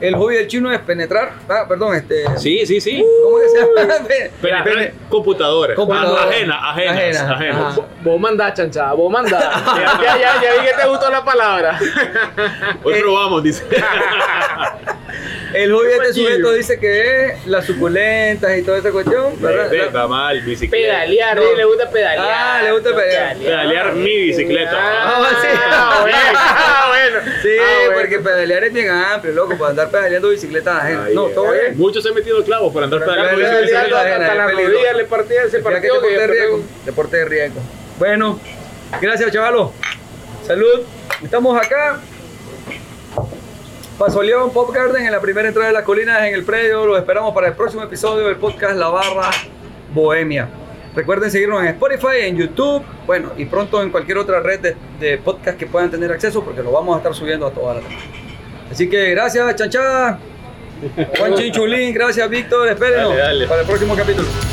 El hobby del chino es penetrar. Ah, perdón, este.
Sí, Uh. sí, sí.
¿Cómo que se llama?
Pero
Pene-
computadoras.
Computadora.
Ah, Ajena, ajenas,
Ajena.
ajenas.
Ajá.
Vo- Vos mandás, chanchada, vos mandás. ya, ya, ya, ya vi que te gustó la palabra.
Eh.
Hoy probamos, dice.
El hobby de este
Chivo.
sujeto dice que es las suculentas y toda esa cuestión. ¿verdad?
Vete, mal, bicicleta.
Pedalear,
No.
eh, le gusta pedalear.
Ah, le gusta pedalear.
Pedalear mi bicicleta.
Ah,
Ah, sí.
bueno. Ah, bueno.
Sí,
Ah, bueno.
porque pedalear es bien amplio, loco, para andar pedaleando bicicleta de gente.
Ahí,
No,
eh.
todo bien.
Muchos se han metido clavos por andar
Pero
pedaleando
pero
bicicleta.
pedaleando-
Pedaleando hasta la
Peligro.
rodilla le partía,
Mira
se
que
partió.
deporte
que-
de riesgo. Deporte de riesgo. Bueno, gracias, chavalos. Salud. Estamos acá. Pasoleón Pop Garden en la primera entrada de las colinas en el predio. Los esperamos para el próximo episodio del podcast La Barra Bohemia. Recuerden seguirnos en Spotify, en YouTube, bueno, y pronto en cualquier otra red de, de podcast que puedan tener acceso porque lo vamos a estar subiendo a toda la tarde. Así que gracias, chanchada. Juan Chinchulín, gracias, Víctor. Espérenos
Dale, dale.
para el próximo capítulo.